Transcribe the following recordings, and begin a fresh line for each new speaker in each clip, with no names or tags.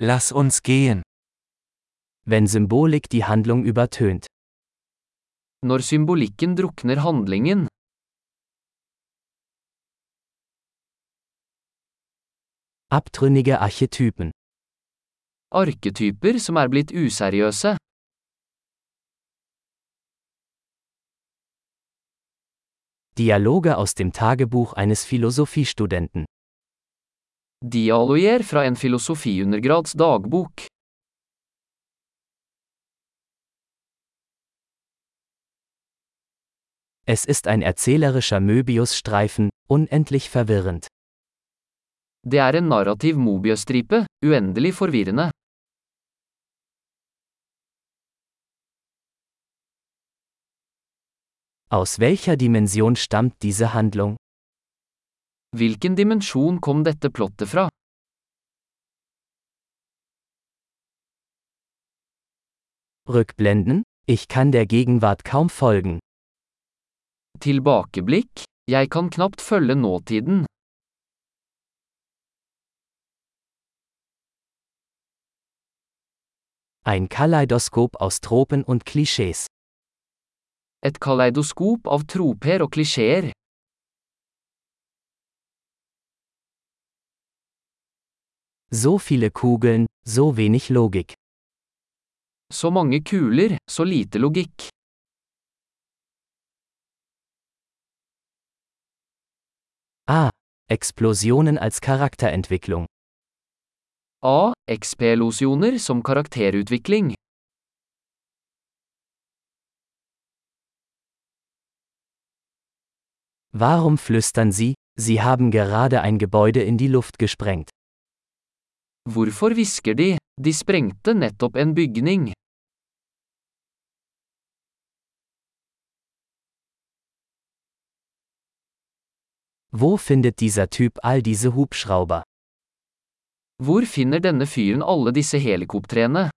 Lass uns gehen.
Wenn Symbolik die Handlung übertönt.
Når symbolikken drukner handlingen,
Abtrünnige Archetypen.
arketyper som er blitt useriøse,
Dialoge aus dem Tagebuch eines Philosophiestudenten.
dialoger fra en filosofiundergrads dagbok,
Es ist ein erzählerischer Möbiusstreifen, unendlich verwirrend.
det er en narrativ mobiøstripe, uendelig forvirrende,
Aus welcher Dimension stammt diese Handlung?
hvilken dimensjon kom dette plottet fra,
Rückblenden? Ich kann der Gegenwart kaum folgen.
tilbakeblikk, jeg kan knapt følge nåtiden,
Ein Kaleidoskop aus Tropen und Klischees.
et kaleidoskop av troper og klisjeer,
So viele Kugeln, so wenig Logik.
så mange kuler, så lite logikk,
Ah, Explosionen als Charakterentwicklung.
a, XP-losjoner som karakterutvikling,
Warum flüstern Sie, Sie haben gerade ein Gebäude in die Luft gesprengt?
hvorfor visker de, de sprengte nettopp en bygning,
Wo findet dieser Typ all diese Hubschrauber?
hvor finner denne fyren alle disse helikoptrene?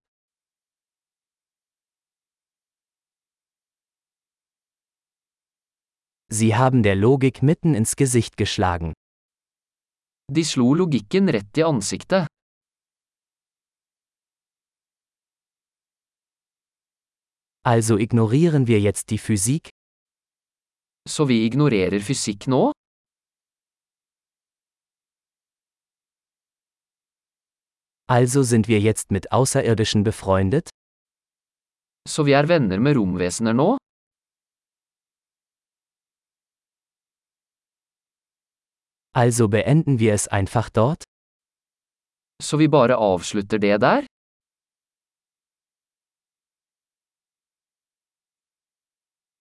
Sie haben der Logik mitten ins Gesicht geschlagen.
De slo logikken rett i ansiktet.
Also ignorieren wir jetzt die Physik?
Så vi ignorerer fysikk nå?
Also sind wir jetzt mit Außerirdischen befreundet?
Så vi er venner med romvesener nå?
Also beenden wir es einfach dort?
Så vi bare avslutter det der?